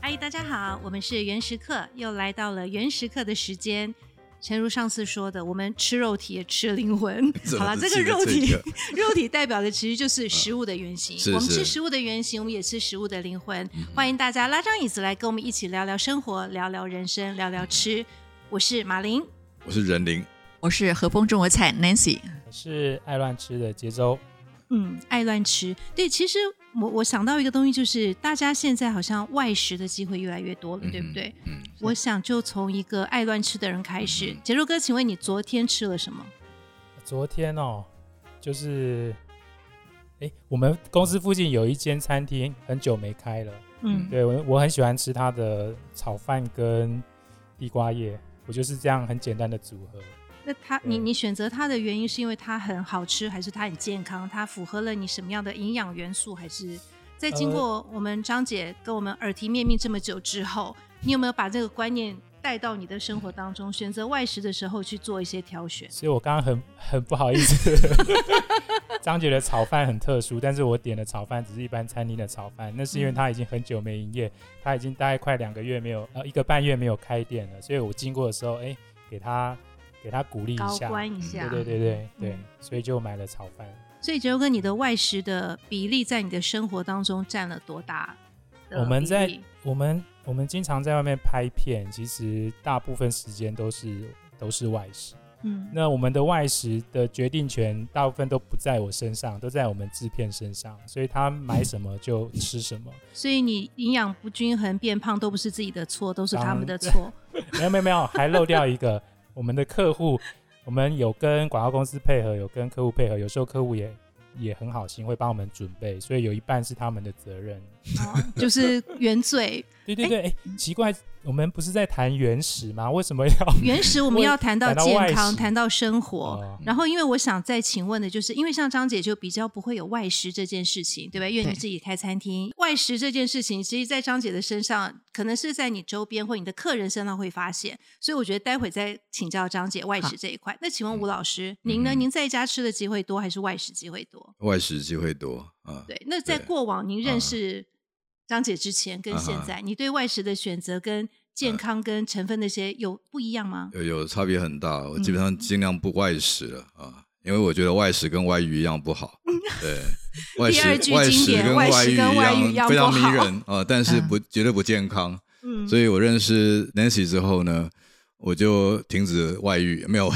嗨，大家好，我们是原食客，又来到了原食客的时间。诚如上次说的，我们吃肉体也吃了灵魂。 怎么好了，这个只记得肉这体个，嗯肉体代表的其实就是食物的原型。是我们吃是嗯食物的原型，我们也吃食物的灵魂。欢迎大家拉张椅子来跟我们一起聊聊生活，聊聊人生，聊聊吃。我是马琳，我是人灵，我是和风中国菜 Nancy。我是爱乱吃的节奏，嗯，爱乱吃。对，其实我我想到一个东西，就是大家现在好像外食的机会越来越多了，对不对？？嗯，我想就从一个爱乱吃的人开嗯始。杰肉哥，请问你昨天吃了什么？昨天哦，就是，哎，我们公司附近有一间餐厅很久没开了，嗯，对我我很喜欢吃它的炒饭跟地瓜叶，我就是这样很简单的组合。那嗯他你你选择它的原因是因为它很好吃，还是它很健康？它符合了你什么样的营养元素？还是在经过我们张姐跟我们耳提面命这么久之后，你有没有把这个观念带到你的生活当中？选择外食的时候去做一些挑选？所以我刚刚很很不好意思， 张姐的炒饭很特殊，但是我点的炒饭只是一般餐厅的炒饭，那是因为嗯它已经很久没营业，它已经大概快两个月没有，呃，一个半月没有开店了，所以我经过的时候，哎，给她给她鼓励一高下，官一下，对对对对对，嗯所以就买了炒饭。所以，杰哥，你的外食的比例在你的生活当中占了多大的比例？我们在我们我们经常在外面拍片，其实大部分时间都是都是外食。嗯那我们的外食的决定权大部分都不在我身上，都在我们制片身上，所以他买什么就吃什么。 所以你营养不均衡、变胖都不是自己的错，都是他们的当错。没有没有没有，还漏掉一个，我们的客户，我们有跟广告公司配合，有跟客户配合，有时候客户也也很好心，会帮我们准备，所以有一半是他们的责任。哦就是原罪。对对对，哎、奇怪，我们不是在谈原始吗？为什么要？原始我们要谈到谈到健外康，食谈到生活。哦然后，因为我想再请问的就是，因为像张姐就比较不会有外食这件事情，对吧？因为你对自己开餐厅，外食这件事情，其实，在张姐的身上，可能是在你周边或你的客人身上会发现。所以，我觉得待会再请教张姐外食这一块。那请问吴老师，您呢？嗯您在家吃的机会多还是外食机会多？外食机会多啊。对，那在对过往您认嗯识张姐之前跟现嗯哼嗯在，你对外食的选择跟健康跟成分那些有不一样吗？有有差别很大，我基本嗯上尽量不外食了啊，因为我觉得外食跟外遇一样 不好。对，外第二句食外经食典跟外食遇跟外遇一样非常不迷好人啊，但是不绝对不健康。嗯，所以我认识 Nancy 之后呢，我就停止外 遇，没有，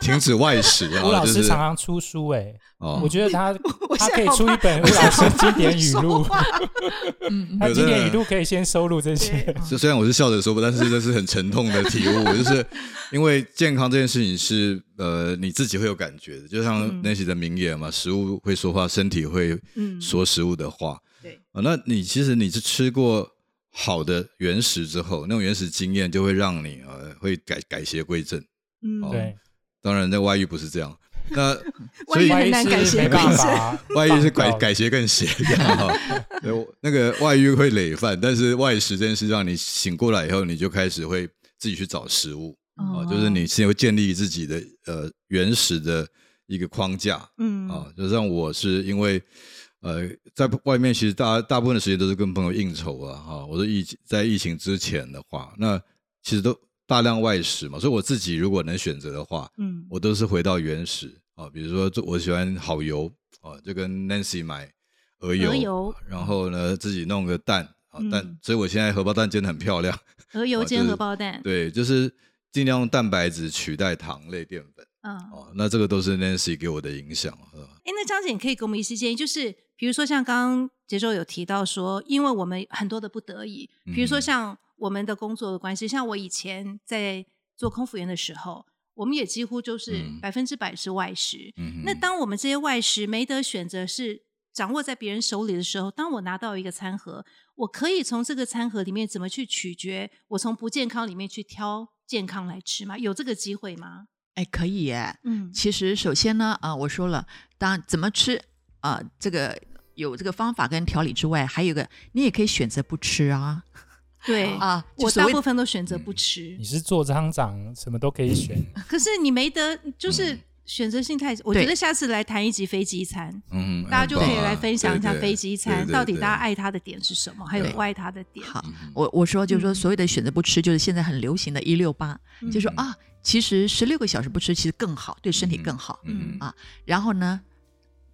停止外食吴啊，老就师是常常出书哎、哦我觉得他 我他现在可以好出怕一本吴老师经典语录，嗯，他有经的典语录可以先收录这些。就 虽然我是笑着说不，但是这是很沉痛的 体悟，就是因为健康这件事情是呃你自己会有感觉的，就像嗯 Nancy 的名言嘛，食物会说话，身体会嗯说食物的话。对啊，那你其实你是吃过好的原食之后，那种原始经验就会让你呃会改改邪归正。嗯哦对，当然，在外遇不是这样，那 外所以遇很万一难改是邪没归办正 法，啊外遇是改改改邪更邪，这样哈对我那个外遇会累犯，但是外食这件事让你醒过来以后，你就开始会自己去找食物。啊，就是你先会建立自己的呃原始的一个框架嗯啊，就像我是因为呃在外面其实大大部分的时间都是跟朋友应酬啊，哈、我说疫在疫情之前的话，那其实都大量外食嘛，所以我自己如果能选择的话，嗯我都是回到原始啊，比如说做我喜欢好油啊，就跟 Nancy 买鹅油，鹅油然后呢自己弄个蛋啊蛋，嗯所以我现在荷包蛋煎的很漂 亮。鹅油哦煎就是荷包蛋，对，就是尽量用蛋白质取代糖类淀粉嗯，哦。那这个都是 Nancy 给我的影响呃哎，那张姐，你可以给我们一些建议，就是比如说像刚刚杰州有提到说，因为我们很多的不得已，比如说嗯像我们的工作的关系，像我以前在做空服员的时候，我们也几乎就是嗯百分之百是外食。嗯哼那当我们这些外食没得选择，是掌握在别人手里的时候，当我拿到一个餐盒，我可以从这个餐盒里面怎么去取决我从不健康里面去挑健康来吃吗？有这个机会吗？哎，可以耶。嗯其实首先呢，啊、我说了，当怎么吃啊、这个有这个方法跟调理之外，还有一个你也可以选择不吃啊对，啊。就我所大谓嗯部分都选择不吃嗯你。是做厂长，什么都可以选。可是你没得，就是选择性太，我觉嗯对得下次来谈一集飞机餐，嗯，大家就可以啊来分享一下飞飞机机餐到底大家爱它的点是什么，还有对不爱它的点。好，我我说就是说，嗯所有的选择不吃，就是现在很流行的“一六八”，就说嗯啊，其实十六个小时不吃，其实更好，对身体更好。嗯啊然后呢，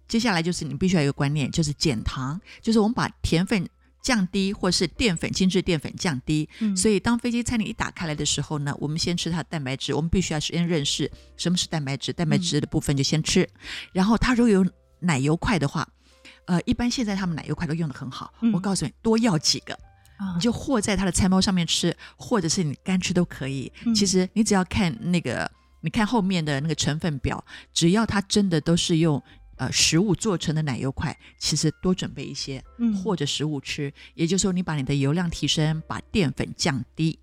接下来就是你必须要有一个观念，就是减糖，就是我们把甜分降低，或是淀粉、精致淀粉降低。嗯所以当飞机餐厅一打开来的时候呢，我们先吃它的蛋白质，我们必须要先认识什么是蛋白质，蛋嗯白质的部分就先吃。然后它如果有奶油块的话。呃，一般现在他们奶油块都用的很好，嗯我告诉你，多要几个，啊你就和在它的餐包上面吃，或者是你干吃都可以。嗯其实你只要看那个，你看后面的那个成分表，只要它真的都是用呃食物做成的奶油块，其实多准备一些，嗯或者食物吃，也就是说你把你的油量提升，把淀粉降低。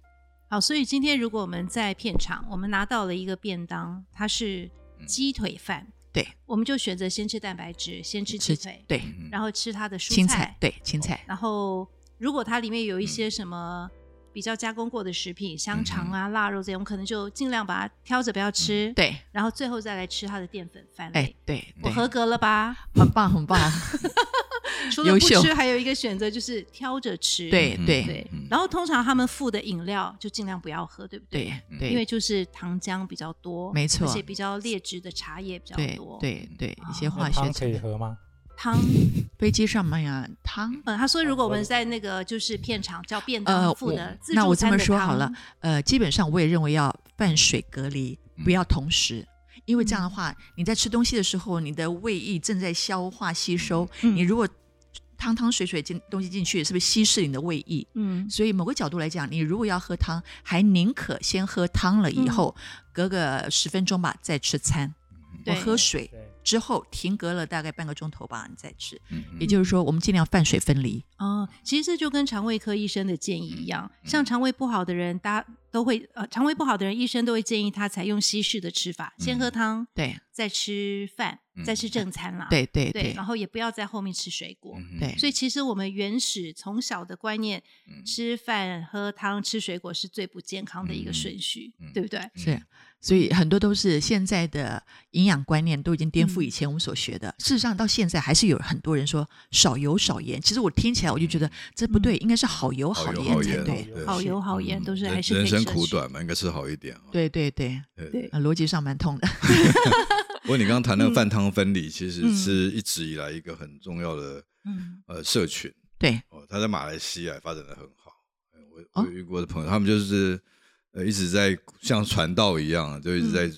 好，所以今天如果我们在片场，我们拿到了一个便当，它是鸡腿饭，嗯对，我们就选择先吃蛋白质，先吃鸡腿，对，嗯然后吃它的蔬嗯青菜，嗯对，青菜，然后如果它里面有一些什么比较加工过的食品，嗯香肠啊、腊肉这些，我们可能就尽量把它挑着不要吃，，对，然后最后再来吃它的淀粉饭哎类。，对，我对，合格了吧？ 很棒，很棒， 除了优不秀吃，还有一个选择就是挑着吃。对，嗯对，嗯对，然后通常他们附的饮料就尽量不要喝，对不对？对，嗯因为对，就是糖浆比较多，没错而且比较劣质的茶叶比较对多。，，对，对，一些啊化学汤可成以分，喝吗？汤，飞机上面呀，汤呃，他说如果我们在那个就是片场叫便呃当附我嗯的自助餐的那我这么说汤好了，呃，基本上我也认为要饭水隔离，不要同时。因为这嗯样的话，你在吃东西的时候，你的胃液正在消化吸收。嗯你如果汤汤水水进东西进去，是不是稀释你的胃液？嗯，所以某个角度来讲，你如果要喝汤，还宁可先喝汤了，嗯以后、隔个十分钟吧再吃餐。我对喝水对，之后停隔了大概半个钟头吧，你再吃。也嗯就是说，我们尽量饭水分离。哦，其实这就跟肠胃科医生的建议一样，嗯像肠胃不好的人，大家都会呃，肠胃不好的人，医生都会建议他采用西式的吃法，先喝汤，嗯对嗯再吃饭，再吃正餐啦。对对啊对，然后也不要在后面吃水果。嗯对所以其实我们原始从小的观念，嗯吃饭、喝汤、吃水果是最不健康的一个顺序，嗯嗯对不对？是，所以很多都是现在的营养观念都已经颠覆嗯以前我们所学的。事实上，到现在还是有很多人说少油少盐。其实我听起来我就觉得这不对，应该是好油好油盐好才盐对。对嗯好油好盐都是还是可以人生摄苦取短嘛，应该吃好一点。啊对对对，对呃逻辑上蛮通的。不过你刚刚谈那个饭汤分离，其实是一直以来一个很重要的嗯呃社群对，哦，他在马来西亚发展的很好。呃我我哦有遇过的朋友，他们就是呃一直在像传道一样，啊就一直嗯在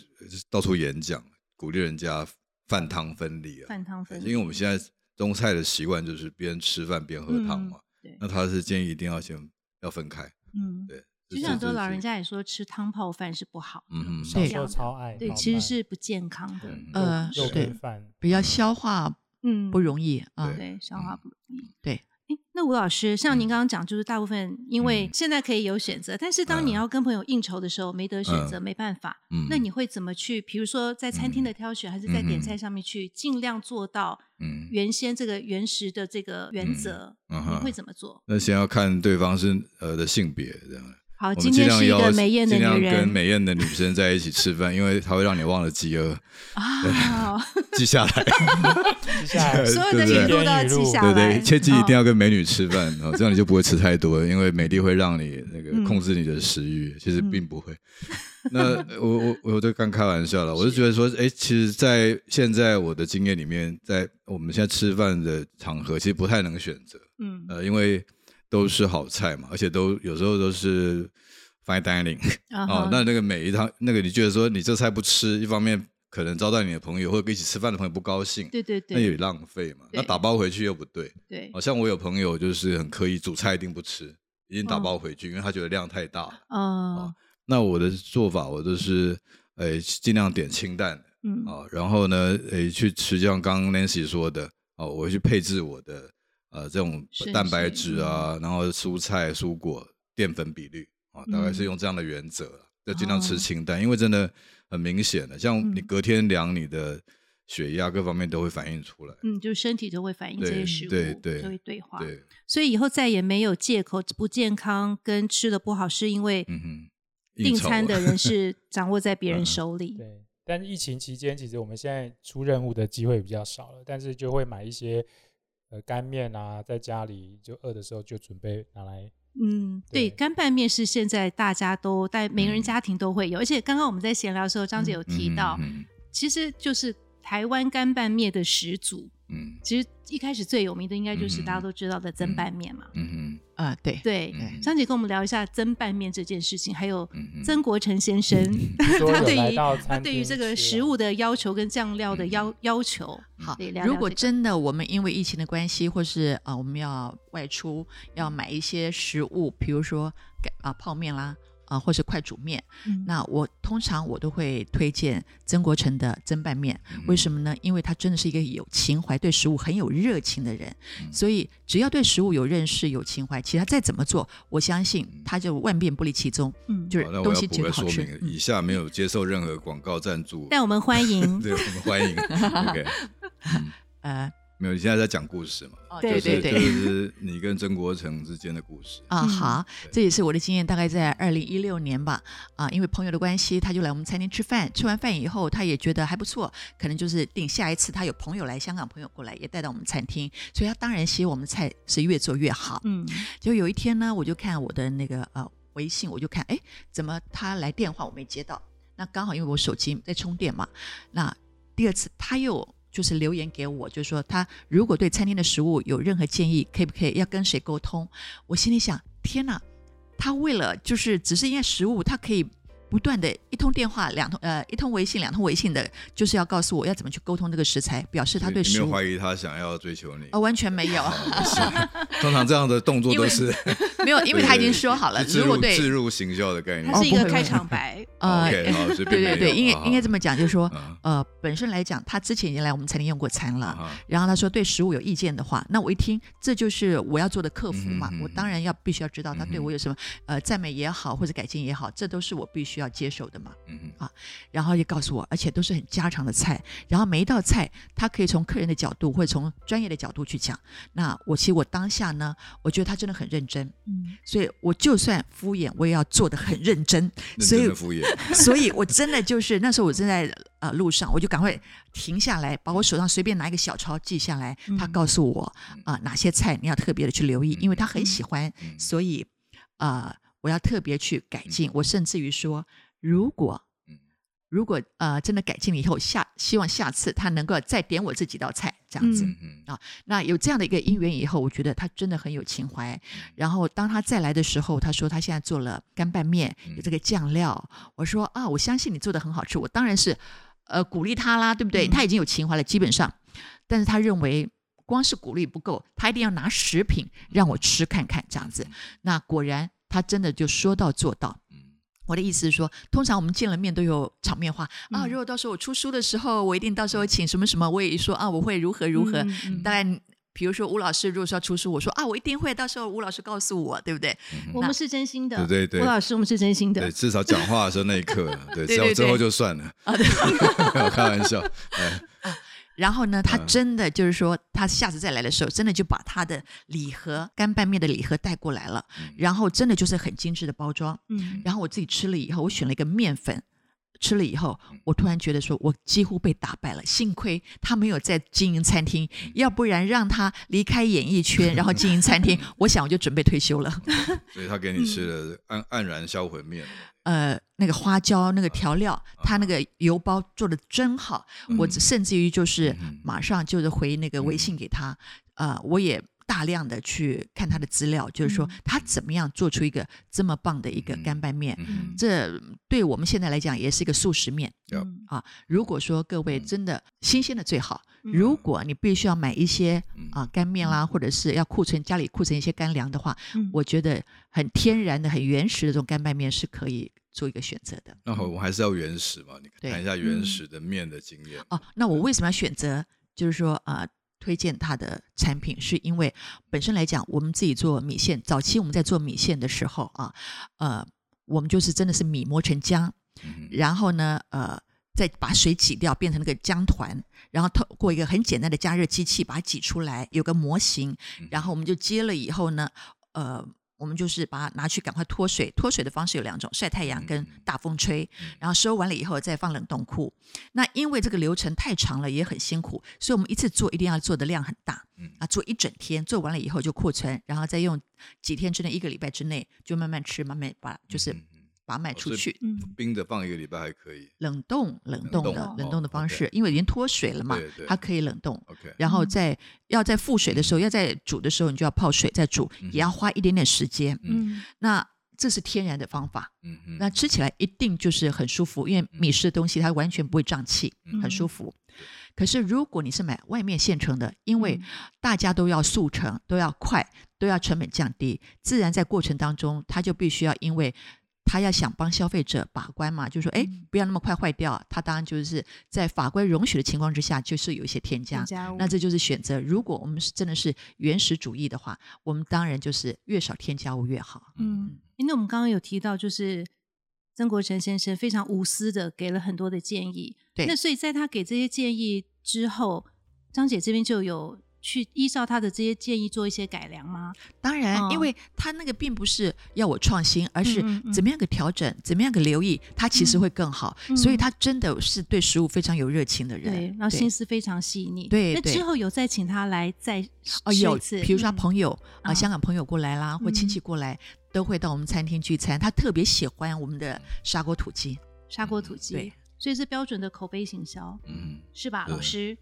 到处演讲，鼓励人家饭汤分离啊。饭汤分因为我们现在中菜的习惯就是边吃饭边喝汤嘛，嗯对那他是建议一定要先要分开，嗯，对，就像很多这老人，家也说，吃汤泡饭是不好的，嗯嗯是小一对时候样的。超爱，对，好其实慢是不健康的。嗯呃肉对跟饭，比较消化嗯，不容易啊。对对，消化不容易。对诶，那吴老师，像嗯您刚刚讲，就是大部分因为现在可以有选择，但是当你要跟朋友应酬的时候，没得选择，没办法。嗯那你会怎么去？比如说在餐厅的挑选，还是在点菜上面去尽量做到嗯，原先这个原始的这个原则？嗯嗯你哼会怎么做？那先要看对方是呃的性别这样。好，我今们尽天量是一要个美艳的尽量女跟人美艳的女生在一起吃 饭，因为它会让你忘了饥饿， 啊， 记下来。接下 来所有的对语不录对都要记下对来。对，切记一定哦要跟美女吃饭哦，这样你就不会吃太 多，因为美丽会让你那个嗯控制你的食欲，其实并不会。 那我我我就刚开玩笑了，我就觉得说，哎，其实，在现在我的经验里面，在我们现在吃饭的场合，其实不太能选择，嗯呃，因为都是好菜嘛，而且都有时候都是 fine dining。啊哦哈，那那个每一趟，那个你觉得说你这菜不吃，一方面可能招待你的朋友或者跟一起吃饭的朋友不高兴，对对那哦也对浪费嘛。对那打包回去又不对，对好、像我有朋友就是很刻意煮菜一定不吃，一哦定打包回去，因为他觉得量太大。嗯那我的做法，我就是呃尽量点清淡的嗯啊、然后呢，呃去吃像刚刚 Nancy 说的哦，我去配置我的呃这种顺序蛋白质啊，然后蔬菜、蔬果、淀粉比率啊、大概是用这样的原则啦，就尽量吃清淡，因为真的很明显的，像你嗯隔天量你的血压各方面都会反映出来。嗯，就是身体就会反应这些对食物，对对就会对话。对，所以以后再也没有借口不健康跟吃的不好，是因为嗯哼，应订酬嗯餐啊 的人是掌握在别人手里。对，但疫情期间，其实我们现在出任务的机会比较少了，但是就会买一些呃干面啊，在家里就饿的时候就准备拿来。嗯，对，对干拌面是现在大家都在每个人家庭都会有，而且刚刚我们在闲聊的时候，张姐有提到，嗯其实就是台湾干拌面的始祖。嗯其实一开始最有名的应该就是嗯大家都知道的蒸拌面嘛。嗯啊，对，对，嗯张姐跟我们聊一下蒸拌面这件事情，还有嗯嗯曾国成先生， 说他有对来于到他餐对于厅这个吃食啊物的要求跟酱料嗯的要要求。好对，聊如聊果这个真的我们因为疫情的关系，或是啊、呃我们要外出，要买一些食物，比如说给啊、泡面啦，啊、或是快煮面，嗯那我通常我都会推荐曾国成的蒸拌面。嗯为什么呢？因为他真的是一个有情怀、对食物很有热情的人，所以只要对食物有认识、有情怀，其实他再怎么做，我相信他就万变不离其宗，嗯，就是好，那我东要西补绝对个好说吃。明，嗯以下没有接受任何广告赞助，但我们欢迎 对我们欢 迎。OK，呃，没有，你现在在讲故事嘛？哦对就是对就对是你跟曾国成之间的故事。啊，嗯好，这也是我的经验，大概在二零一六年吧。啊，因为朋友的关系，他就来我们餐厅吃饭，吃完饭以后，他也觉得还不错，可能就是定下一次他有朋友来，香港朋友过来也带到我们餐厅，所以他当然希望我们菜是越做越好。嗯就有一天呢，我就看我的那个呃微信，我就看，哎，怎么他来电话我没接到？那刚好因为我手机在充电嘛。那第二次他又就是留言给我，就说他如果对餐厅的食物有任何建议，可以不可以要跟谁沟通？我心里想，天哪，他为了就是只是因为食物，他可以。不断的一通电话，两通呃一通微信，两通微信的，就是要告诉我要怎么去沟通这个食材，表示他对你没食有物啊、怀疑他想要追求你？呃完全没有， 是通常这样的动作都是 没有，因为他已经说好了，是置如果入对置入行销的概念它。是一哦个不开会不会场白。呃 OK，好，随便对对对，应该应该这么么讲，就是说，啊呃，本身来讲，他之前已经来我们餐厅用过餐了。啊然后他说对食物有意见的话，那我一听这就是我要做的客服嗯嘛，哼嗯哼我当然要必须要知道他对嗯哼我有什么、呃赞美也好或者改进也好，这都是我必须要接受的嘛。嗯然后就告诉我，而且都是很家常的菜，然后每一道菜他可以从客人的角度或者从专业的角度去讲。那我其实我当下呢，我觉得他真的很认真，嗯，所以我就算敷衍，我也要做的很认真。认所以真的敷 衍，所以我真的就是那时候我正在呃路上，我就赶快停下来，把我手上随便拿一个小抄记下来嗯。他告诉我啊、哪些菜你要特别的去留意，因为他很喜欢嗯，所以呃我要特别去改嗯进。我甚至于说，如果嗯如果呃真的改进了以后，下希望下次他能够再点我这几道菜这样子。嗯嗯那有这样的一个因缘以后，我觉得他真的很有情怀。然后当他再来的时候，他说他现在做了干拌面，有嗯这个酱料。我说啊，我相信你做的很好吃，我当然是呃鼓励他啦，对不对？嗯他已经有情怀了，基本上。但是他认为光是鼓励不够，他一定要拿食品让我吃看看这样子。嗯那果然他真的就说到做到。嗯我的意思是说，通常我们见了面都有场面话啊。嗯如果到时候我出书的时候，我一定到时候请什么什么，我也说啊，我会如何如何。嗯嗯当然，比如说吴老师如果说要出书，我说啊，我一定会，到时候吴老师告诉我，对不对？我们是真心的，对对对郭老师，我们是真心对，的。至少讲话的时候那一刻，啊 对，对之后对啊之后对就算 了， 开玩笑，哎然后呢，他嗯真的就是说，他下次再来的时候，真的就把他的礼盒干拌面的礼盒带过来了，然后真的就是很精致的包装。嗯，然后我自己吃了以后，我选了一个面粉，吃了以后，我突然觉得说，我几乎被打败了。幸亏他没有在经营餐厅，要不然让他离开演艺圈，然后经营餐厅，我想我就准备退休了。所以他给你吃嗯了黯黯然销魂面，呃，那个花椒、那个调料，他那个油包做的真好，嗯我甚至于就是马上就是回那个微信给他，呃，我也大量的去看他的资料，就是说他怎么样做出一个这么棒的一个干拌面。嗯嗯这对我们现在来讲也是一个速食面要嗯啊。如果说各嗯位真的新鲜的最好，嗯如果你必须要买一些嗯啊干面啦，或者是要库存家里库存一些干粮的话，嗯我觉得很天然的、很原始的这种干拌面是可以做一个选择的。那好，我嗯们还是要原始嘛，你对谈一下原始的面的经嗯验。哦，那我为什么要选择？就是说啊、呃推荐它的产品，是因为本身来讲，我们自己做米线，早期我们在做米线的时候啊，呃，我们就是真的是米磨成浆，嗯哼然后呢，呃，再把水挤掉，变成那个浆团，然后透过一个很简单的加热机器把它挤出来，有个模型，然后我们就接了以后呢，呃，我们就是把它拿去赶快脱水。脱水的方式有两种：晒太阳跟嗯嗯大风吹。然后收完了以后再放冷冻库。那因为这个流程太长了，也很辛苦，所以我们一次做一定要做的量很大嗯，啊，做一整天，做完了以后就库存，然后再用几天之内、一个礼拜之内就慢慢吃，慢慢把就是嗯嗯把它卖哦出所以去。嗯，冰的放一个礼拜还可以冷冻，冷冻冻的哦冷冻的方 OK 式，因为已经脱水了嘛对对，它可以冷冻。 ，OK，然后嗯在要在复水的时候，要在煮的时候，你就要泡水再煮，也要花一点点时间。嗯那这是天然的方法，嗯嗯，那吃起来一定就是很舒服，因为米式的东西它完全不会胀气，嗯很舒服。可是如果你是买外面现成的，因为嗯大家都要速成，都要快，都要成本降低，自然在过程当中，它就必须要因为。他要想帮消费者把关嘛，就说哎，不要那么快坏掉。他当然就是在法规容许的情况之下，就是有一些添加添。加物那这就是选择。如果我们是真的是原始主义的话，我们当然就是越少添加物越好。嗯，诶那我们刚刚有提到，就是曾国成先生非常无私的给了很多的建议。对那所以在他给这些建议之后，张姐这边就有去依照他的这些建议做一些改良吗？当然，哦因为他那个并不是要我创新，而是嗯嗯嗯怎么样个调整，怎么样个留意，他其实会更好。嗯所以他真的是对食物非常有热情的人。对，然后心思非常细腻。对那对之后有再请他来再试哦有，一次比如说他朋友啊、啊香港朋友过来啦，或亲嗯戚过来，都会到我们餐厅聚餐。他特别喜欢我们的砂锅土鸡。砂锅土鸡，对所以是标准的口碑行销，嗯，是吧，是老师？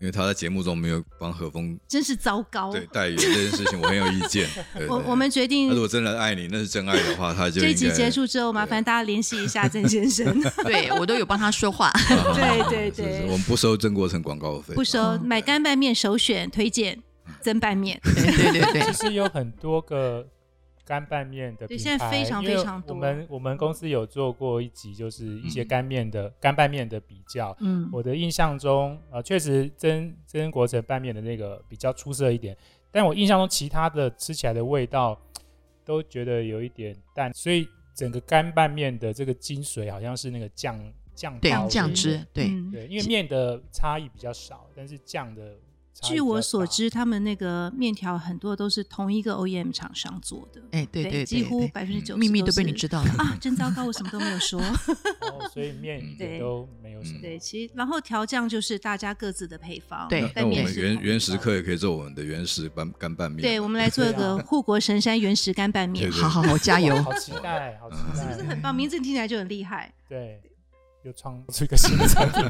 因为他在节目中没有帮何峰真是糟糕。对代言这件事情，我很有意 见。对哦我对我们决定他如果真的爱你，那是真爱的话，他就这一应集该结束之后，麻烦大家联系一下曾先生。 对我都有帮他说话。 对对是是对我们不收曾国成广告费，不收买干拌面首选推荐蒸拌面， 对对对其对，实有很多个干拌面的对品牌，现在非常因为非常多我们我们公司有做过一集，就是一些干面的、干拌面的比较。嗯，我的印象中，呃，确实曾曾国成拌面的那个比较出色一点，但我印象中其他的吃起来的味道都觉得有一点淡，所以整个干拌面的这个精髓好像是那个酱酱对泡酱味汁，对。嗯对，因为面的差异比较少，但是酱的差异据比我较所大，知，他们那个面条很多都是同一个 OEM 厂商做的，哎，对对对，几乎对嗯百分之九秘密都被你知道道了。啊，真糟糕，我什么都没有说。然后所以面一对点都没有什么。对，其实然后调酱就是大家各自的配方，对那但那我面们是原同一原个食客也可以做我们的原食拌干拌面。对，我们来做一个护国神山原始干拌面对，好好好，加油哇！好期待，好期待，嗯是不是很棒？名字听起来就很厉害。对，又创出一个新的产品。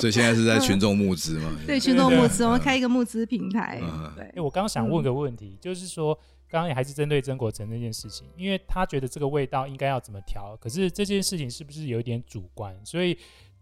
所以现在是在群众募资嘛？对，对群众募对资，我们开一个募资平台嗯。对哎，，我刚刚想问个问题，就是说，刚刚也还是针对曾国成那件事情，因为他觉得这个味道应该要怎么调，可是这件事情是不是有一点主观？所以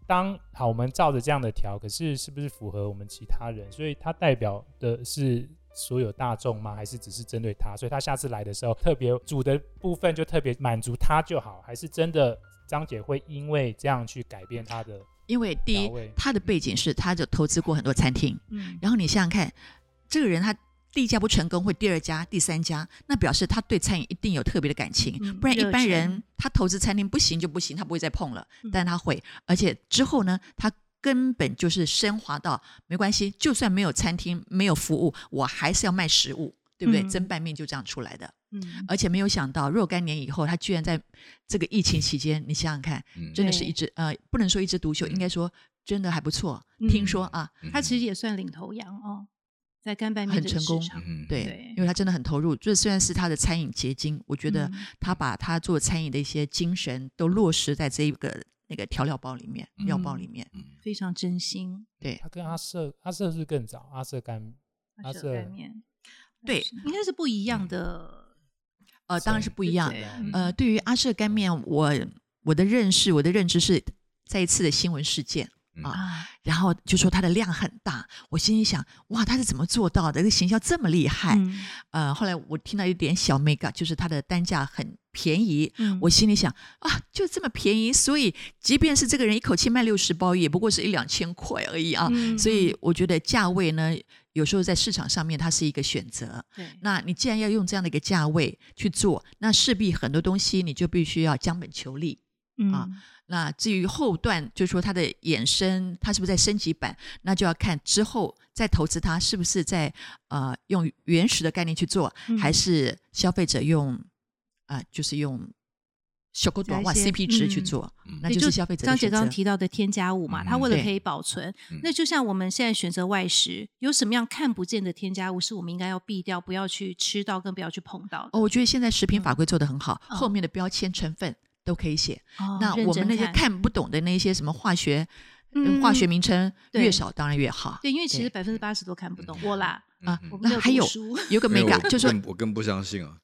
当好，我们照着这样的调，可是是不是符合我们其他人？所以它代表的是。所有大众吗？还是只是针对他？所以他下次来的时候，特别煮的部分就特别满足他就好，还是真的张姐会因为这样去改变他的？因为第一调味，他的背景是他就投资过很多餐厅，嗯，然后你想想看，这个人他第一家不成功，会第二家、第三家，那表示他对餐饮一定有特别的感情，嗯不然一热般忱人他投资餐厅不行就不行，他不会再碰了嗯，但他会，而且之后呢，他。根本就是升华到没关系，就算没有餐厅、没有服务，我还是要卖食物，对不对？嗯蒸拌面就这样出来的，嗯而且没有想到若干年以后，他居然在这个疫情期间，你想想看，嗯真的是一对枝呃，不能说一枝独秀，应该说真的还不错。嗯听说啊，他其实也算领头羊哦，在干拌面很这个成市功场嗯对对，因为他真的很投入。这虽然是他的餐饮结晶，我觉得嗯他把他做餐饮的一些精神都落实在这一个那个调料包里面，料包嗯里面。非常真心。对他跟阿瑟，阿瑟是更早，阿瑟干阿这瑟概念，对，应该是不一样的。呃，当然嗯是不一对嗯样。对呃，对于阿舍干面，我我的认识，我的认知是在一次的新闻事件，啊，然后就说它的量很大，我心里想，哇，他是怎么做到的？这个行销这么厉害？嗯呃，后来我听到一点小 mega，就是它的单价很便宜，嗯我心里想啊，就这么便宜，所以即便是这个人一口气卖六十包，也不过是一两千块而已啊。嗯所以我觉得价位呢，有时候在市场上面它是一个选择。对，那你既然要用这样的一个价位去做，那势必很多东西你就必须要将本求利。嗯啊那至于后段，就是说它的衍生，它是不是在升级版，那就要看之后再投资它是不是在呃用原始的概念去做，嗯还是消费者用啊、就是用小狗短袜加一些 CP 值去嗯做，嗯那也就是消费者的张姐选择刚刚提到的添加物嘛，嗯它为了对可以保存嗯，那就像我们现在选择外食，有什么样看不见的添加物是我们应该要避掉，不要去吃到，更不要去碰到的。哦，我觉得现在食品法规做得很好，嗯后面的标签成分都可以写。哦那认我真们那些看看不懂的那些什么化学、嗯化学嗯名称对越少当然越好。对，因为其实对百分之八十都看不懂我啦，啊嗯我没那有还读有书有个没美有感，我就说更我更不相信啊，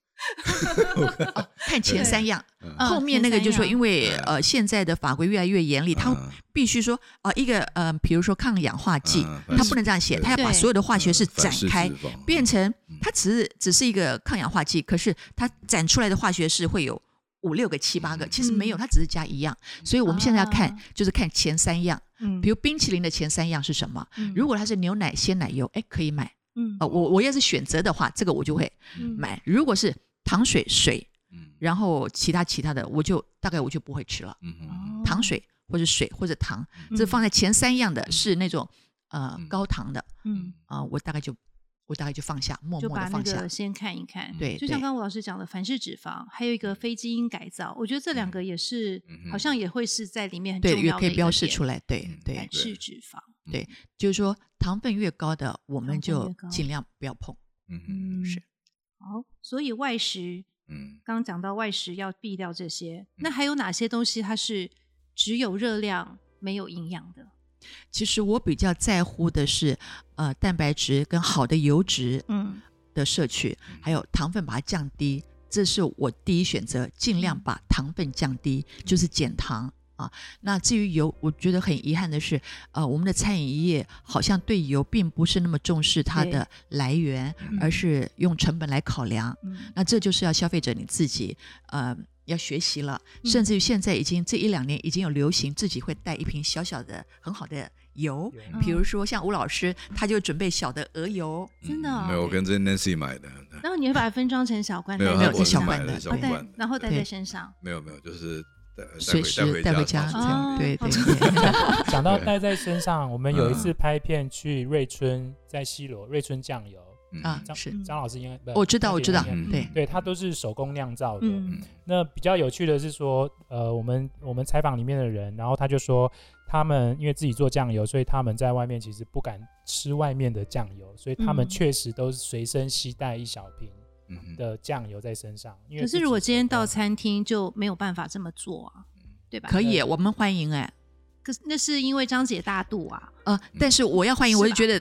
哦，看前对三样，嗯嗯后面那个就说，因为呃现在的法规越来越严厉，它嗯必须说啊一个呃比如说抗氧化剂嗯，它不能这样写，对它要把所有的化学式嗯反展式开脂，肪变成嗯它只是只是一个抗氧化剂，可是它展出来的化学式会有五六个、七八个，嗯其实没有，它只是加一样。所以我们现在要看啊，就是看前三样，嗯比如冰淇淋的前三样是什么？如果它是牛奶、鲜奶油，哎，可以买。嗯呃，我我要是选择的话，这个我就会嗯买。如果是糖水、水，嗯然后其他其他的，我就大概我就不会吃了。嗯嗯嗯哦糖水或者水或者糖，嗯这放在前三样的是那种呃嗯高糖的嗯啊、我大概就我大概就放下，默就默把的那放下个。先看一看。对就像刚对嗯刚吴老师讲的，反式脂肪，还有一个非基因改造，我觉得这两个也是嗯，哼好像也会是在里面很对，重也要可以的一标个示点哎出来。对嗯对反式脂肪。对，就是说糖分越高的，我糖分们越就高尽量不要碰。嗯嗯嗯，是。好，所以外食嗯刚刚讲到外食要避掉这些，那嗯还有哪些东西它是只有热量没有营养的？其实我比较在乎的是，呃，蛋白质跟好的油脂嗯的摄取，还有糖分把它降低，这是我第一选择，尽量把糖分降低，就是减糖啊。那至于油，我觉得很遗憾的是，呃，我们的餐饮业好像对油并不是那么重视它对的来源嗯，而是用成本来考量。嗯那这就是要消费者你自己，呃，要学习了。嗯甚至于现在已经这一两年已经有流行自己会带一瓶小小的很好的油，油比嗯如说像吴老师，他就准备小的鹅油，真的嗯哦没有，我跟这 Nancy 买的，然后你会把它分装成小罐没带有，在没有身我是小上，罐买的的，小哦带罐，然后带在对身上。没有没有，就是带随时带带回回家这放家样。里对对 哦对，讲到带在身上，我们有嗯一次拍片去瑞春，在西罗瑞春酱油，啊嗯，张是张老师应该不我知道张姐我知道应该嗯对对，它都是手工酿造的。嗯那比较有趣的是说，呃，我们我们采访里面的人，然后他就说，他们因为自己做酱油，所以他们在外面其实不敢吃外面的酱油，所以他们嗯确实都是随身携带一小瓶嗯嗯的酱油在身上。因为可自是己如果今天手工到餐厅就没有办法这么做啊，嗯对吧？可以，我们欢迎哎。可是那是因为张姐大度啊，呃，但是我要欢迎，是吧我就觉得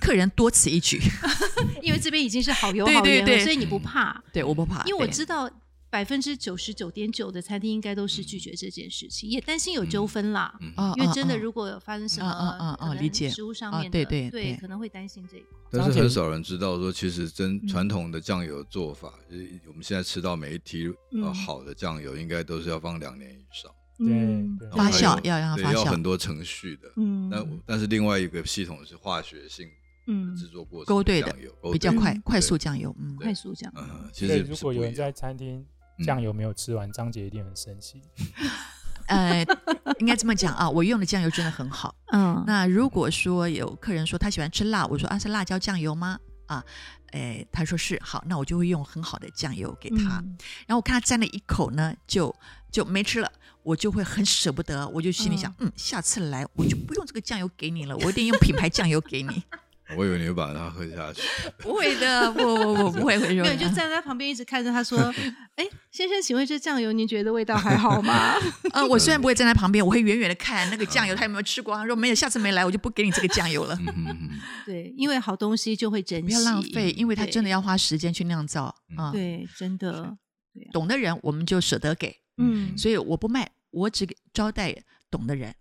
客人多此一举， 因为这边已经是好油对好盐对了，对所以你不怕。对，我不怕，因为我对知道百分之九十九点九的餐厅应该都是拒绝这件事情，也担心有纠纷啦。嗯哦因为真的，哦如果有发生什么，嗯嗯嗯嗯可能理解食物上啊面的，对对对可能会担心这一块。但张是姐很你少人知道说，其实真嗯传统的酱油做法，就是我们现在吃到每一提嗯呃好的酱油，应该都是要放两年以上，对对然后发酵还有要让它对发酵要很多程序的。嗯那我但是另外一个系统是化学性嗯制作过程勾兑的酱油勾兑哦比较的快对快速酱油，嗯，快速这样，嗯，其所以实如是果不有一人样在餐厅嗯酱油没有吃完，张姐一定很生气。呃，应该这么讲啊，我用的酱油真的很好。 嗯，那如果说有客人说他喜欢吃辣，我说啊是辣椒酱油吗？啊，哎，他说是，好，那我就会用很好的酱油给他。嗯然后我看他沾了一口呢，就就没吃了，我就会很舍不得，我就心里想，嗯下次来我就不用这个酱油给你了，我一定用品牌酱油给 你。我以为你会把它喝下去。不会的，不不不，不会会说没有，的。 就站在他旁边一直看着他 说：“哎，先生，请问这酱油您觉得味道还好吗 呃，我虽然不会站在旁边，我会远远的看那个酱油他有没有吃光。如果没有，下次没来我就不给你这个酱油了嗯，哼嗯哼？”对，因为好东西就会珍惜， 不要浪费，因为它对真的要花时间去酿造啊。对，真的，懂的人我们就舍得给，嗯，所以我不卖，我只给招待懂的人。嗯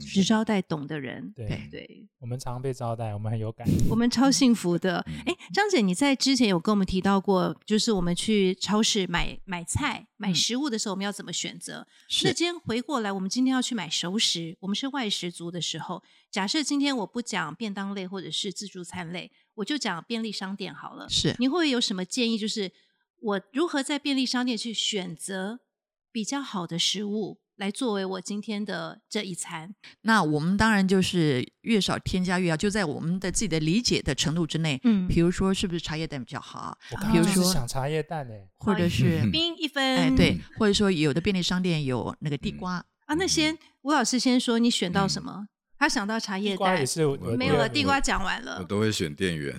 只招待懂的人。对对，嗯对我们常被招待，我们 很有感。我们超幸福的。哎，张姐，你在之前有跟我们提到过，就是我们去超市买买菜、买食物的时候，我们要怎么选择？那嗯是今天回过来，我们今天要去买熟食，我们是外食族的时候，假设今天我不讲便当类或者是自助餐类，我就讲便利商店好了。是，你会不会有什么建议？就是我如何在便利商店去选择比较好的食物，来作为我今天的这一餐。那我们当然就是越少添加越好，就在我们的自己的理解的程度之内。嗯比如说是不是茶叶蛋比较好，我刚比刚如就是说想茶叶蛋欸诶，或者是嗯冰一分，哎对，或者说有的便利商店有那个嗯地瓜，啊，那嗯先吴老师先说你选到什么？他想到茶叶地瓜蛋也，是我我没有我了，地瓜讲完了嗯我。都会选 店员，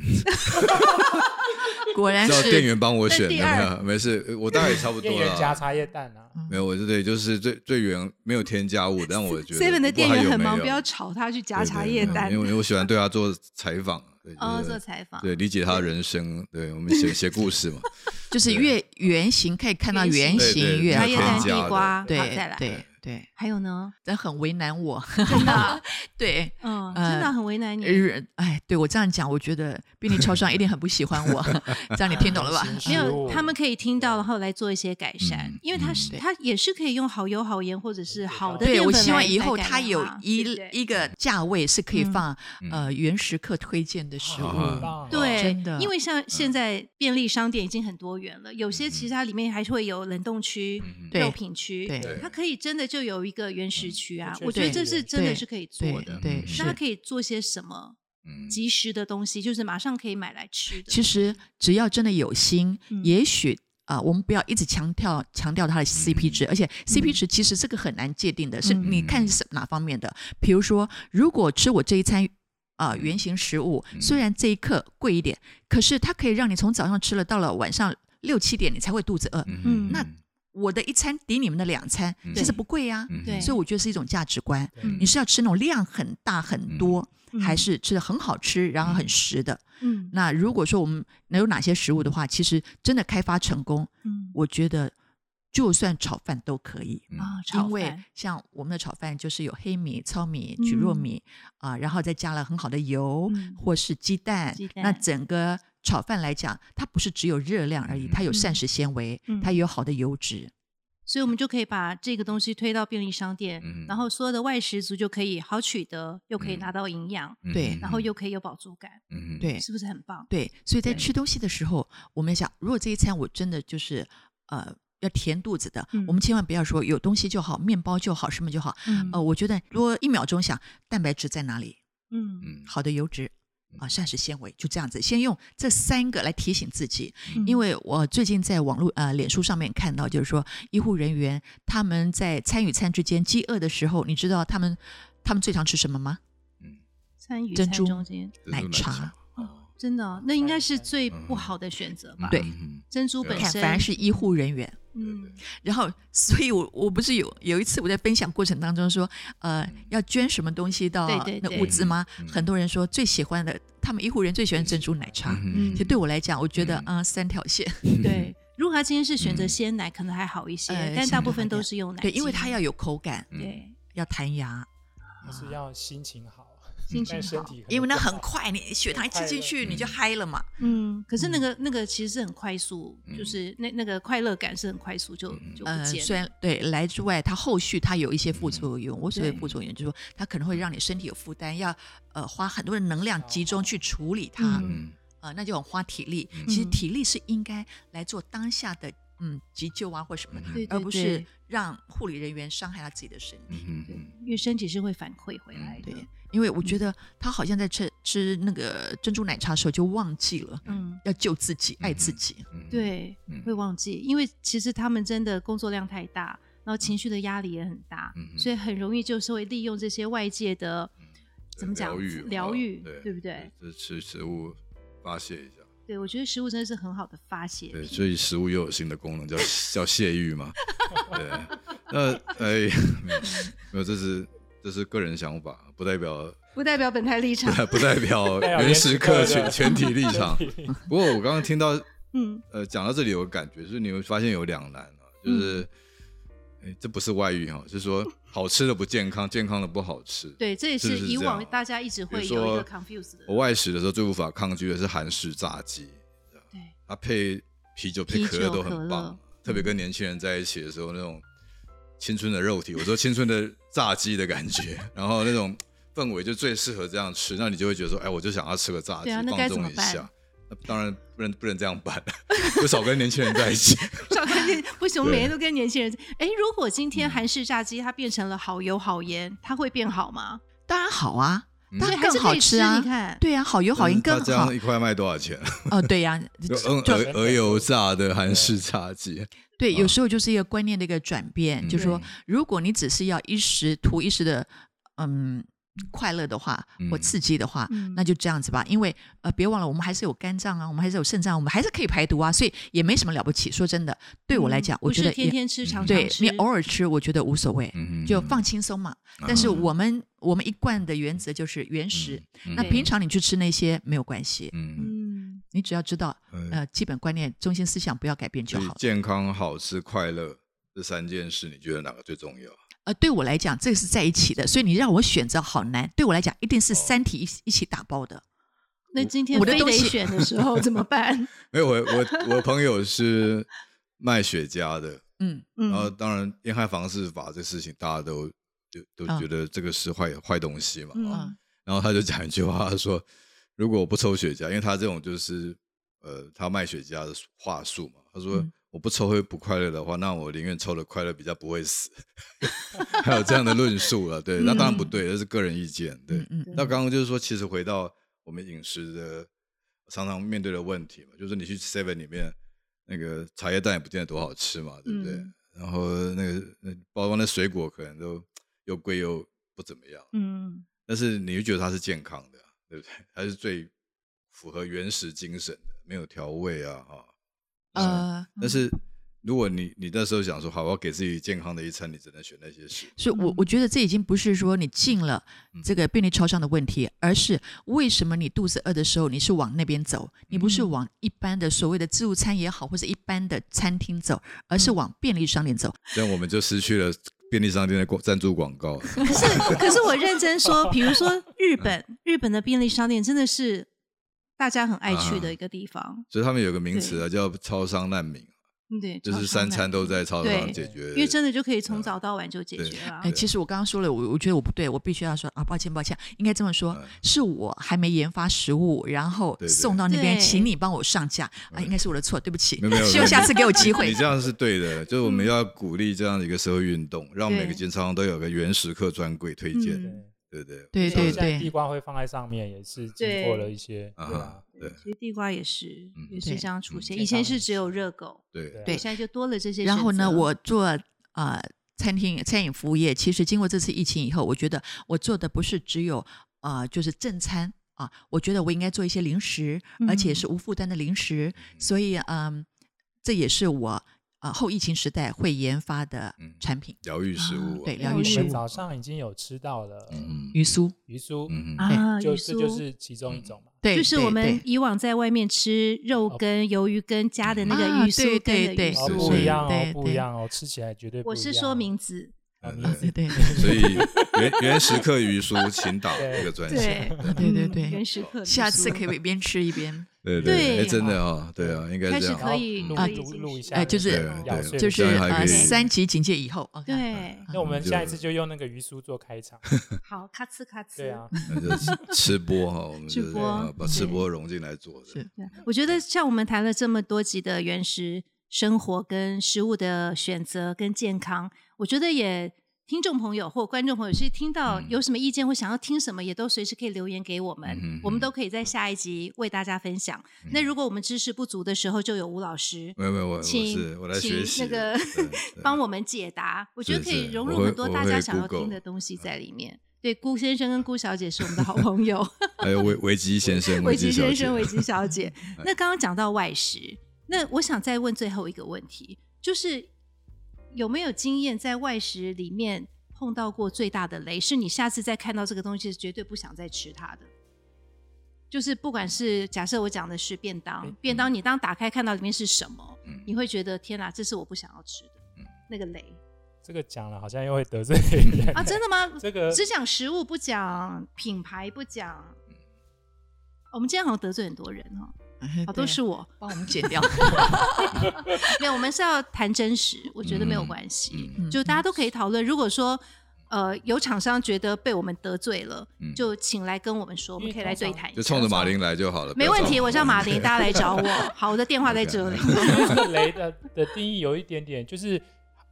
果 然叫店是员帮我选那第的，没事，我大概也差不 店多员加了。茶叶蛋啊，哦没有，我这对就是最最原没有添加物，但我觉得 seven 的店员很忙，不不要吵他去夹茶叶蛋因。为我喜 欢对他做采访，对哦，就是做采访，对理解他人生，对我们写写故事 嘛，就是越圆形可以看到圆圆形对形对越茶好叶，添蛋、加地瓜，好再对来。对对，还有 呢，这很为难我， 真的啊，对。嗯，呃真的很为难你。呃，哎，对我这样讲，我觉得便利超商一定很不喜欢我，这样你听 懂了吧？行没食有，物他们可以听到，然后来做一些改善嗯，因为他是嗯对他也是可以用好油好盐或者是好的对，淀我粉希望来以后来改它良有嘛一对不对一个价位是可以嗯放、呃原食客推荐的食物。好嗯啊很棒哦对，真的嗯因为像现在便利商店已经很多元了，有些其实它里面还是会有冷冻区、对肉品区，对它可以真的就有一个原始区啊，嗯我觉得这是真的对是可以做对的。对嗯是那它。可以做些什么嗯及时的东西，就是马上可以买来吃的。其实只要真的有心，嗯也许啊、我们不要一直强调强调它的 CP 值，而且 CP 值其实这个很难界定的，是嗯你看是哪方面的。比如说，如果吃我这一餐。啊、原型食物虽然这一刻贵一点，可是它可以让你从早上吃了，到了晚上六七点你才会肚子饿。嗯那我的一餐抵你们的两餐，其实不贵呀、对所以我觉得是一种价值观。嗯你是要吃那种量很大很多，嗯还是吃的很好吃，然后很实的？嗯那如果说我们能有哪些食物的话，其实真的开发成功，嗯我觉得就算炒饭都可以。嗯啊，炒因为饭像我们的炒饭就是有黑米、糙米、嗯蒟蒻米啊、然后再加了很好的油、嗯或是鸡蛋。鸡蛋那整个炒饭来讲，它不是只有热量而已，它有膳食纤维，嗯它也有好的油脂。所以我们就可以把这个东西推到便利商店，嗯然后所有的外食族就可以好取得，又可以嗯拿到营养，对然后又可以有饱足感，嗯嗯对是不是很棒？对，所以在对吃东西的时候，我们想，如果这一餐我真的就是呃要填肚子的，嗯我们千万不要说有东西就好，面包就好，什么就好。嗯呃，我觉得如果一秒钟想蛋白质在哪里，嗯嗯好的油脂啊、膳食纤维，就这样子，先用这三个来提醒自己。嗯因为我最近在网络呃脸书上面看到，就是说医护人员他们在餐与餐之间饥饿的时候，你知道他们他们最常吃什么吗？参与珍餐珠中间奶茶。真的哦，那应该是最不好的选择吧？嗯对嗯珍珠本看，身，反而是医护人员。嗯然后，所以我我不是有有一次我在分享过程当中说，呃，要捐什么东西到嗯对对那对物资吗？嗯嗯很多人说最喜欢的，他们医护人最喜欢珍珠奶茶。嗯其实对我来讲，我觉得嗯啊、呃三条线， 对。如果他今天是选择鲜奶，可能还好一些嗯呃，但鲜大奶部分好点都是用奶精。对，因为它要嗯有口嗯感，对要弹牙，那是要心情好，心情嗯但身好体可能因为那不很嗯好快，你血糖一吃进去你就嗨了嘛。嗯，可是那个那个其实是很快速，就是那那个快乐感是很快速就就不嗯呃，见虽了。然对来之外，它后续它有一些副作用。我所谓对副作用，就是说它可能会让你身体有负担，要呃花很多的能量集哦中去处理它。嗯嗯呃，那就很花体力。其实嗯体力是应该来做当下的嗯急救啊或什么嗯的，对对而不对是让护理人员伤害他自己的身体。对嗯因为身体是会反馈回来的。对，因为嗯我觉得他好像在吃吃那个珍珠奶茶的时候就忘记了嗯，要救自己、爱自己。嗯，对，会忘记，因为其实他们真的工作量太大，然后情绪的压力也很大，嗯嗯嗯嗯所以很容易就是会利用这些外界的怎么讲疗愈啊哦疗愈，对不对？？就是吃食物发泄一下，对，我觉得食物真的是很好的发泄对，品。所以食物又有新的功 能，叫叫泄欲嘛。对，那哎，没有没有，这是这是个人想法，不代表不代表本台立场。不代 表代表原原时始客客全的全体立场。不过我刚刚听到嗯，呃，讲到这里有个感觉，就是你会发现有两难啊，就是，哎、嗯这不是外遇哈、就是说好吃的不健康，健康的不好吃。，对，这也是是以这样往大家一直比如会有一个说 confuse 的我。外食的时候最无法抗拒的是韩式炸鸡，对，它配啤酒配啤可乐酒都可很乐嗯棒，特别跟年轻人在一起的时候那种青春的肉体，我说青春的炸鸡的感觉， 然后那种氛围就最适合这样吃，那你就会觉得说，哎，我就想要吃个炸鸡，对啊那放该怎纵么一办下。那当然不能不能这样办， 就少跟年轻人在 一起。少看 见不行，我对嗯每天都跟年轻人在。哎，如果今天韩式炸鸡它变成了好油好盐，它会变好吗？当然好啊，嗯当所以然还更是好可以吃吃啊。你看，对呀、好油好盐那更嗯这好样一块卖多 少钱？哦，对呀、就就嗯，就鹅鹅油炸的韩式炸鸡，对，有啊时候就是一个观念的一个转变，嗯就是说，如果你只是要一时图一时的，嗯，快乐的话或嗯刺激的话，嗯那就这样子吧。因为呃，别忘了我们还是有肝脏啊，我们还是有肾脏，我们还是可以排毒啊，所以也没什么了不起。说真的，对我来讲，嗯不我觉是得天也天吃，常常对吃你偶尔吃，我觉得无所谓，嗯就放轻松嘛。嗯但是我们我们一贯的原则就是原始，那对平常你去吃那些没有关系，嗯嗯，你只要知道嗯呃基本观念、中心思想不要改变就所以好了。健康、好吃、快乐这三件事，你觉得哪个最重要？呃，对我来讲，这个是在一起的，所以你让我选择好难。对我来讲，一定是哦三体一起一起打包的。那今天我的非东得西选的时候怎么办？没有，我我我朋友是卖雪茄 的，嗯，然后嗯，当然烟害防治法这事情大家都就都啊觉得这个是坏坏东西嘛，嗯啊然后他就讲一句话，他说：“如果我不抽雪茄，因为他这种就是呃，他卖雪茄的话术嘛。”他说：“嗯我不抽会不快乐的话，那我宁愿抽了快乐，比较不会死。”还有这样的论述了，对，那当然不对，这是个人意见。对，嗯嗯，那刚刚就是说，其实回到我们饮食的常常面对的问题嘛，就是你去 Seven 里面那个茶叶蛋也不见得多好吃嘛，对不对？嗯然后那个那包装的水果可能都又贵又不怎么样。嗯，但是你就觉得它是健康的，啊对不对？ 它是最符合原始精神的，没有调味啊，哈、呃，但是如果你你那时候想说，好，我要给自己健康的一餐，你只能选那些食物。所以我我觉得这已经不是说你进了嗯这个便利超商的问题，而是为什么你肚子饿的时候你是往那边走，你不是嗯往一般的所谓的自助餐也好，或者一般的餐厅走，而是嗯往便利商店走。这样我们就失去了便利商店的广赞助广告了。啊可是可是我认真说，比如说日本，日本的便利商店真的是大家很爱去的一个地方，所以他们有个名词啊，叫“超商难民嗯对，”，就是超商三的餐都在超商对解决。因为真的就可以从早到晚就解决了哎、。其实我刚刚说了，我我觉得我不对，我必须要说啊，抱歉抱歉，应该这么说，嗯是我还没研发食物，然后对对哎送到那边，对请你帮我上架啊，应该是我的错，对不起没有没有，希望下次给我机你会这。样是对的，就是我们要鼓励这样的一个社会运动，让每个嗯对间超商都有个原食客专柜推荐，嗯对不对？对像对现在对地瓜会放在上面，也是经过了一些，啊对啊哈，，对其实地瓜也是嗯也是对这样出现，嗯以前是只有热狗，对。啊对现在就多了这些选择。然后呢，我做呃餐厅餐饮服务业，其实经过这次疫情以后，我觉得我做的不是只有呃就是正餐啊、我觉得我应该做一些零食，而且嗯是无负担的零食，所以嗯、这也是我呃后疫情时代会研发的嗯产品。疗愈食物、啊对疗我愈食们物早上已经有吃到了嗯鱼酥，鱼酥，嗯哎嗯啊，就鱼这酥就是其中一种嘛。对，就是对我们对以往在外面吃肉羹、鱿鱼羹加的那个啊鱼酥羹对的对嗯对鱼哦，是酥，不一样哦对，不对一样哦，吃起来绝对不我一样。哦是说名字，啊，名对字对嗯所以原原食客鱼酥，请打这个专线。 对对嗯对原始客，下次可以边吃一边，对对哎，真的啊，对啊，应该开这始样。哦可以然后可以录进录去一下哎就是对咬对碎就了是这样还呃可以三级警戒以后，OK， 对，那我们下一次就用那个鱼酥做 开场。好，咔哧咔哧。对啊，嗯那就是吃播哈，我们就吃是播啊把吃播融进来做的是。对啊，我觉得像我们谈了这么多集的原始生活跟食物的选择跟健康，我觉得也听众朋友或观众朋友是听到嗯有什么意见或想要听什么，也都随时可以留言给我们，嗯哼我们哼都可以在下一集为大家分享。嗯那如果我们知识不足的时候，就有吴老师。没有没有，我我请是我来请学习那的个对对 帮我们解答，我觉得是可以是融我入会很多我大会家想要听 Google 嗯的东西在里面。对，顾先生跟顾小姐是我们的好朋 友。还有维维基先生、维基基小先姐生、维基小 姐。 那刚刚讲到外食，那我想再问最后一个问题，就是有没有经验在外食里面碰到过最大的雷，是你下次再看到这个东西是绝对不想再吃它的？就是不管是假设我讲的是便当嗯，便当你当打开看到里面是什么，嗯你会觉得天哪，这是我不想要吃的，那个雷这个讲了好像又会得罪 人啊，真的吗？这个只讲食物不讲品牌不讲，我们今天好像得罪很多人哈、哦。好，都嗯对啊是我。帮我们剪 掉。没有，我们是要谈真实，我觉得没有关系，嗯就大家都可以讨论。如果说呃，有厂商觉得被我们得罪了，嗯就请来跟我们说，我们因为可以来通对常谈一就下。冲着马林来就好了。没问题，不我要找嗯叫马林，大家来找 我。好，我的电话在这里。这个雷的的定义有一点点，就是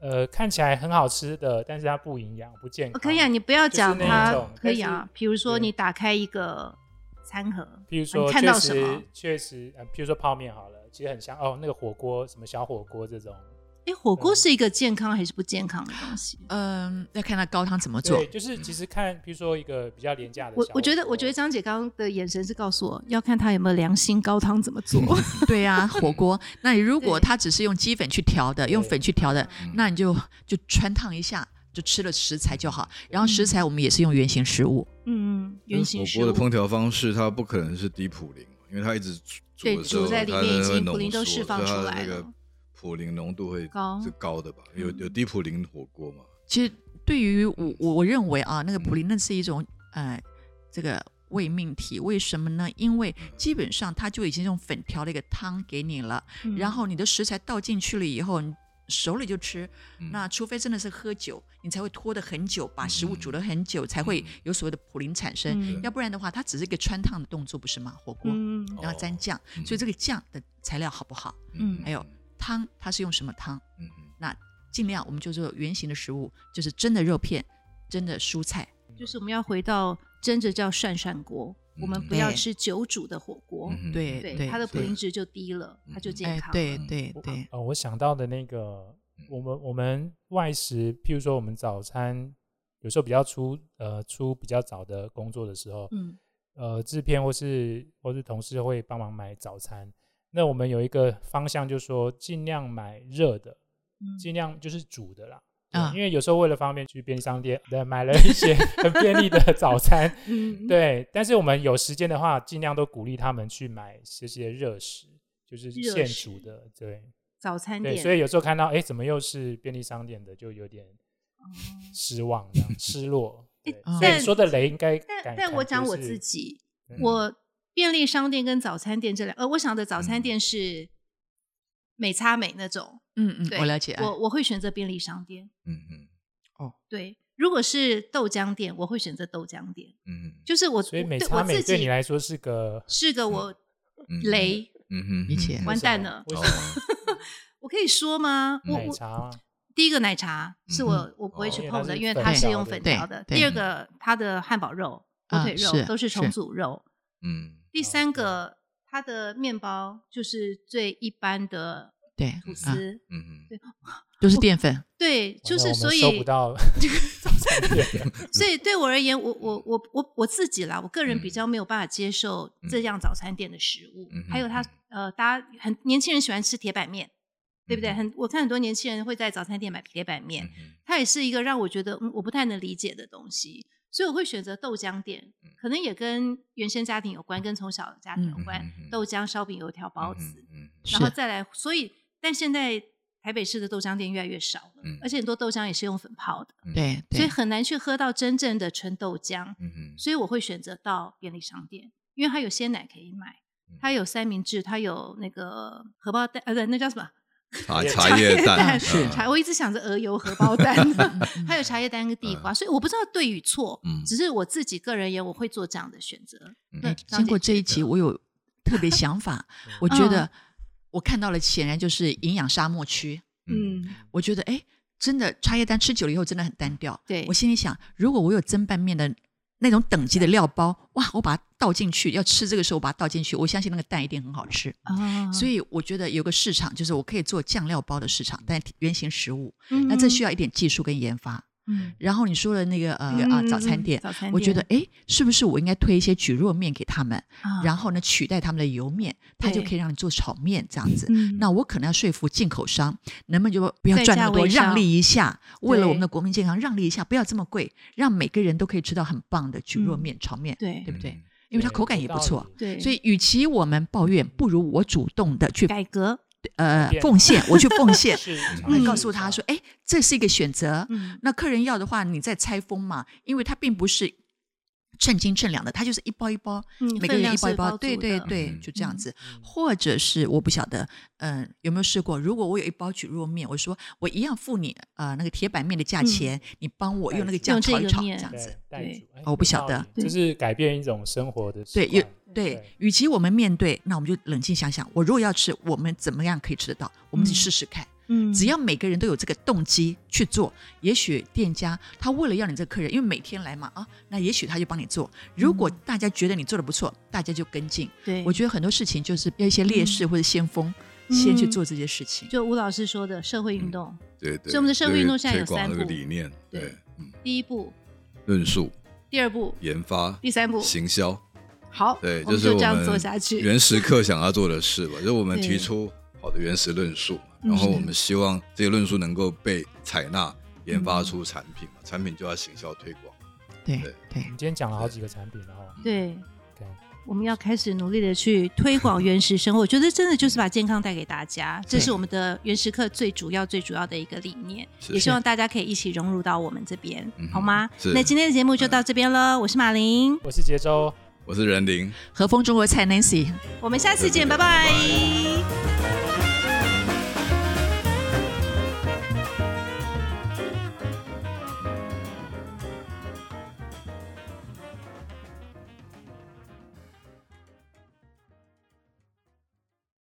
呃看起来很好吃的，但是它不营养、不健康。可以啊，你不要讲就是它那种，可以啊。比如说对你打开一个餐盒，比如说啊你看确到什么实？确实，呃，比如说泡面好了，其实很像哦，那个火锅什么小火锅这种，哎，火锅是一个健康还是不健康的东西？嗯，要看他高汤怎么做对，。就是嗯其实看，比如说一个比较廉价的小火我锅，我觉得，我觉得张姐刚刚的眼神是告诉我要看她有没有良心高汤怎么做。对呀、火锅。那你如果对它只是用鸡粉去调的，用对粉去调的，那你就就穿烫一下，就吃了食材就好。然后食材我们也是用原型食物， 嗯，因为原型食物火锅的烹调方式，它不可能是低普林，因为它一直煮对的时候煮在里面它已经会浓普林都缩释放所以它出的来那个了普林浓度会高嗯是高的吧？有有低普林火锅嘛？其实对于我我我认为啊，那个普林那是一种呃这个伪命题，为什么呢？因为基本上它就已经用粉调了一个汤给你了，嗯然后你的食材倒进去了以后，你手里就吃。嗯那除非真的是喝酒，你才会拖得很久，把食物煮了很久，才会有所谓的普林产生。嗯要不然的话，它只是一个穿烫的动作，不是吗？火锅，嗯然后沾酱，嗯所以这个酱的材料好不好？嗯还有汤，它是用什么汤？嗯那尽量我们就做圆形的食物，就是真的肉片，真的蔬菜。就是我们要回到真的叫涮涮锅，嗯我们不要对吃酒煮的火锅，嗯对哦对它的普对林值就低了，它就健哎康，了。对对对，呃，我想到的那个，嗯我们我们外食，譬如说我们早餐有时候比较出呃出比较早的工作的时候，嗯，呃，制片或是或是同事会帮忙买早餐。那我们有一个方向，就是说尽量买热的，嗯尽量就是煮的啦。啊对因为有时候为了方便去便利商店，对，买了一些 很便利的早餐， 嗯，对。但是我们有时间的话，尽量都鼓励他们去买这些热食，就是热现食煮的，对。早餐对，店，所以有时候看到，哎，怎么又是便利商店的，就有点失望，这样失落。对哦 诶，嗯所以但你说的雷应该感，但但我感觉讲我是自，己，嗯我便利商店跟早餐店这两，呃，我想的早餐店是美差美那种，嗯嗯，对我了解啊。我我会选择便利商店。嗯嗯对，如果是豆浆店，我会选择豆浆店。嗯就是我，所以美对差我美自对你己来说是个是个我嗯雷，嗯嗯理解完蛋了为什哦么我可以说吗？我奶我茶啊第一个奶茶是我我不会去碰的，因为它是用粉条的。第二个，它的汉堡肉、火腿肉都是重组肉。嗯第三个，它的面包就是最一般的对吐啊，司。嗯嗯就是淀粉。对，就完是了我所们以收不到早餐店了，所以对我而言，我我我我我自己啦，我个人嗯比较没有办法接受这样早餐店的食物，嗯还有它嗯呃，大家很年轻人喜欢吃铁板面，对不对？嗯很我看很多年轻人会在早餐店买铁板面，它也是一个让我觉得、嗯、我不太能理解的东西，所以我会选择豆浆店，嗯可能也跟原生家庭有关，跟从小的家庭有关，嗯嗯嗯豆浆、烧饼、油条、包子，嗯然后是再来，所以但现在台北市的豆浆店越来越少了，嗯而且很多豆浆也是用粉泡的。对所以对，很难去喝到真正的纯豆浆，嗯所以我会选择到便利商店，因为它有鲜奶可以买，嗯它有三明治，它有那个荷包蛋，呃，对，那叫什么？茶啊茶叶 蛋是茶，我一直想着鹅油荷包蛋， 还有茶叶蛋跟地嗯瓜，所以我不知道对与错，嗯只是我自己个人也我会做这样的选择。那哎，张经过姐这一集，我有特别想法，我觉得我看到了，显然就是营养沙漠区。嗯，我觉得哎，真的茶叶蛋吃久了以后真的很单调。对我心里想，如果我有蒸拌面的那种等级的料包，哇，我把它倒进去，要吃这个时候我把它倒进去，我相信那个蛋一定很好吃。啊所以我觉得有个市场，就是我可以做酱料包的市场，但原型食物，嗯那这需要一点技术跟研发。嗯然后你说的那个呃嗯啊嗯早餐嗯店早餐，我觉得店哎，是不是我应该推一些蒟蒻面给他们，啊然后呢取代他们的油面，它就对可以让你做炒面这样子。嗯那我可能要说服进口商，能不能就不要在赚价那么多，位让上利一下，为了我们对的国民健康，让利一下，不要这么贵，让每个人都可以吃到很棒的蒟蒻嗯面、炒面，对对不嗯对？因为它对口感有也不道错理。对，所以，与其我们抱怨，不如我主动的去改革，呃变奉献，我去奉 献，是来告诉他说，，哎，这是一个选择。嗯那客人要的话，你再拆封嘛，因为它并不是称斤称两的，它就是一包一包，嗯每个分人量一包一是包，包对足对的对，嗯就这样子。或者是我不晓得，嗯、有没有试过？如果我有一包蒟蒻面，我说我一样付你呃那个铁板面的价钱，你帮我用那个嗯酱用这炒一个炒，这面样子对。，带对主，哎哦我不有晓道得理就是改变一种生活的习对，有嗯惯对对，与其我们面对，那我们就冷静想想，我如果要吃，我们怎么样可以吃得到？我们去嗯试试看。嗯只要每个人都有这个动机去做，也许店家他为了要你这个客人，因为每天来嘛啊，那也许他就帮你做。如嗯果大家觉得你做的不错，大家就跟进。对，我觉得很多事情就是要一些劣势或者先锋，先去做这些事情。就吴老师说的社会嗯运动，对对。所以我们的社会运动现在有推广三那个步理念，对对，嗯第一步、论述、第二步、研发、第三步，行销，好，对，我们是就我这样们做下去。原石课想要做的事吧，就是我们对提出好的原始论述，嗯然后是我们希望这些论述能够被采纳，研嗯发出产品嘛，产品就要行销推广。对对对你今天讲了好几个产品哦。对，嗯对，我们要开始努力的去推广原始生活。我觉得真的就是把健康带给大家，这对是我们的原始课最主要、最主要的一个理念。嗯是也希望大家可以一起融入到我们这边嗯，哼好吗？是那今天的节目就到这边了，我是马玲，我是杰州，我是任林，和风中国菜 Nancy。我们下次见，对拜对对拜拜